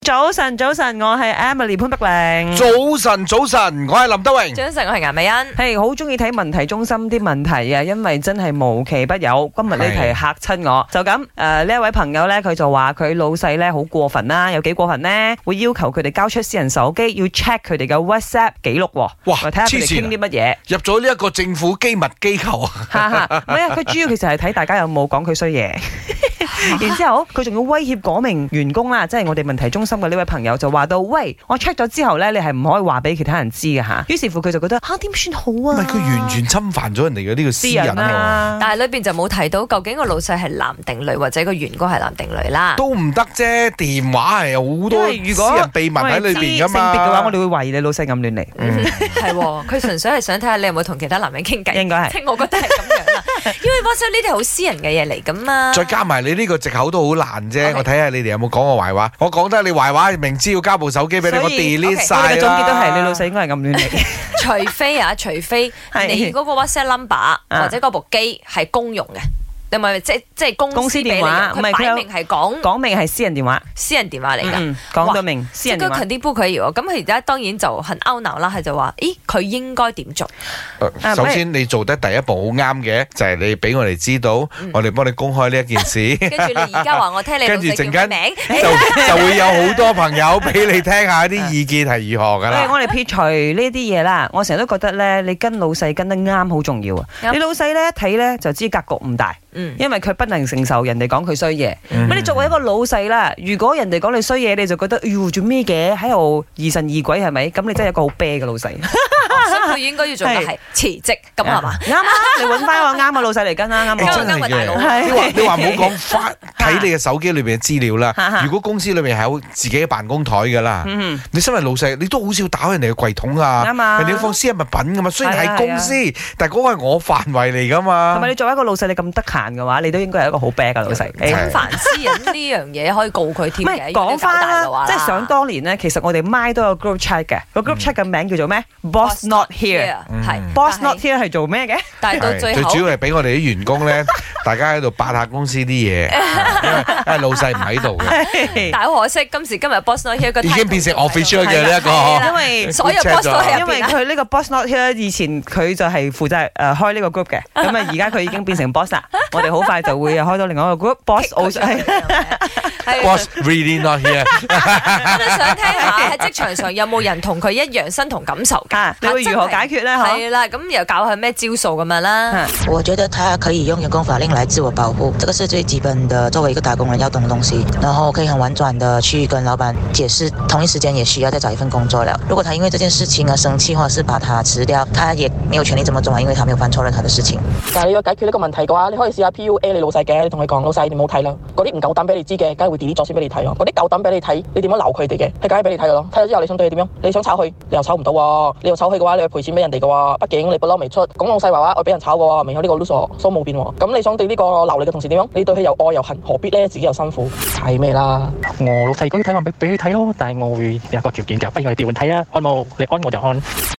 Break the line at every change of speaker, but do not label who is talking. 早晨，早晨，我係 Emily 潘碧玲。
早晨，早晨，我係林德榮。
早晨，我係顏美欣。
係好中意睇問題中心啲問題嘅，因為真係無奇不有。今日呢題嚇親我，就咁呃誒呢一位朋友呢，佢就話佢老細呢好過分啦，有幾過分呢？會要求佢哋交出私人手機，要 check 佢哋嘅 WhatsApp 記錄喎，
哇
睇下佢哋
黐線
傾
啊
啲乜嘢。
入咗呢一個政府機密機構啊，
哈哈，唔係啊，佢主要其實係睇大家有冇講佢衰嘢。 然之後，佢仲要威脅嗰名員工啦，即係我哋問題中心嘅呢位朋友就話到：，喂，我 check 咗之後呢，你係唔可以話俾其他人知嘅嚇。於是乎佢就覺得嚇點算好
唔
啊？
係佢完全侵犯咗人哋嘅呢個私隱喎，
啊！
但係裏邊就冇提到究竟個老細係男定女，或者個員工係男定女啦。
都唔得啫。電話係有好多
因為如果
私人秘密喺裏邊噶嘛。
性別嘅話，我哋會懷疑你老細暗戀你，
嗯 係喎，佢純粹係想睇下你有冇同其他男人傾偈。
應該係
即係我覺得係咁 樣啦，因為 WhatsApp 呢啲係好私人嘅嘢嚟噶嘛。
再加埋你呢個藉口都好難啫。
OK
我睇下你哋有冇講我壞話。我講得你壞話，明知要交部手機俾你，我
所以
delete
OK，
晒
我
啦。
哋嘅總結都係你老細應該係暗戀你。
除非啊，除非
係
你嗰個 WhatsApp number
啊
或者嗰部機係公用嘅，你咪即即係公
公司
司俾
電
你
話
用
唔係
佢
佢有
擺明係講
講明係私人電話，
私人電話嚟
哎
㗎。
嗯，講到明私人
即
電
係佢
話
肯。定不可以喎，咁佢而家當然就很懊惱啦，佢就話：咦，佢應該點做？
啊
呃首先你做得第一步好啱嘅，就係你俾我哋知道，
嗯
我哋幫你公開呢一件事。
跟住你而家話我聽你老
跟住
細
陣
叫咩
間
名？
就就會有好多朋友俾你聽下啲意見係如何噶
喂，
啦。
哎我哋撇除呢啲嘢啦，我成日都覺得咧，你跟老細跟得啱好重要啊！
啱
你老細咧一睇咧就知格局唔大，
嗯，
因為佢不能承受人哋講佢衰嘢。
嗯
咁你作為一個老細啦，如果人哋講你衰嘢，你就覺得，喲做咩嘅喺度疑神疑鬼係咪？咁你真係一個好啤嘅老細。
所以佢應該要做嘅係辭職， 咁係嘛？
啱啊！你揾翻個啱嘅老細嚟跟啊啦，啱
誒真
我。
係
今日大佬
嘅，你話你話唔好講翻睇你嘅手機裏邊嘅資料
哈哈
啦。如果公司裏邊係有自己嘅辦公台噶啦，
嗯，
你身為老細，你都好少打人哋嘅櫃桶啊，
啱啊
人哋要放私人物品噶嘛。雖然
係啊
係公司，但係嗰個係我範圍嚟噶嘛
同。埋你作為一個老細，你咁得閒嘅話，你都應該係一個好啤嘅老細。
係
侵犯私隱呢樣嘢可以告 佢
唔
添嘅，
係
如果
講
你搞
翻
大嘅
啦
話，
即係想當年咧，其實我哋 My 都有 group chat 嘅，個
嗯
group chat 嘅名叫做咩？Boss Not Here。
係
Boss
但
not
係
here 係做咩嘅？
但係到
係
最後
主。要係俾我哋啲 員工咧，大家喺度八下公司啲嘢，因為因為老細唔喺度嘅，
但係好可惜，今時今日 boss not here 個
已經變成
係
official 嘅
啦
呢一
係
個
啦。
因為
所有
group chat
boss 都
咗
係啊
因為佢呢個 boss not here 以前佢就係負責誒呃開呢個 group 嘅，咁啊而家佢已經變成 boss 啦。我哋好快就會開到另外一個 group，boss
剔佢出
also 係
嚟係
Boss really not here。
我都想聽下喺職場上有冇人同佢一樣身同感受㗎？
啊，你會如何解決咧？嗬？
係啦，咁又教佢咩招數咁樣啦。
我觉得他可以用员工法令来自我保护，这个是最基本的，作为一个打工人要懂的东西。然后可以很婉转的去跟老板解释，同一时间也需要再找一份工作了。如果他因为这件事情而生气，或者是把他辞掉，他也没有权利这么做啊，因为他没有犯错任何的事情。
但係你要解決呢個問題嘅話，你可以試下 PUA 你老細嘅，你同佢講老細你冇睇啦，嗰啲唔夠膽俾你知嘅，梗係會 delete 咗先俾你睇咯。嗰啲夠膽俾你睇，你點樣鬧佢哋嘅，佢梗係俾你睇㗎咯。睇咗之後你想對佢點樣？你想炒佢，你又炒唔到喎。你又炒佢嘅話，你要賠錢俾人哋嘅喎。畢竟你不嬲未出，講老細話話我俾人炒嘅喎，未有呢個 loser，所以冇變喎。咁你想對呢個鬧你嘅同事點樣？你對佢又愛又恨，何必呢？自己又辛苦，睇咩啦？
哎我老細嗰啲睇我俾俾佢睇咯，但係我會有一個條件嘅，不如我哋調換睇啊，安冇你安我就安。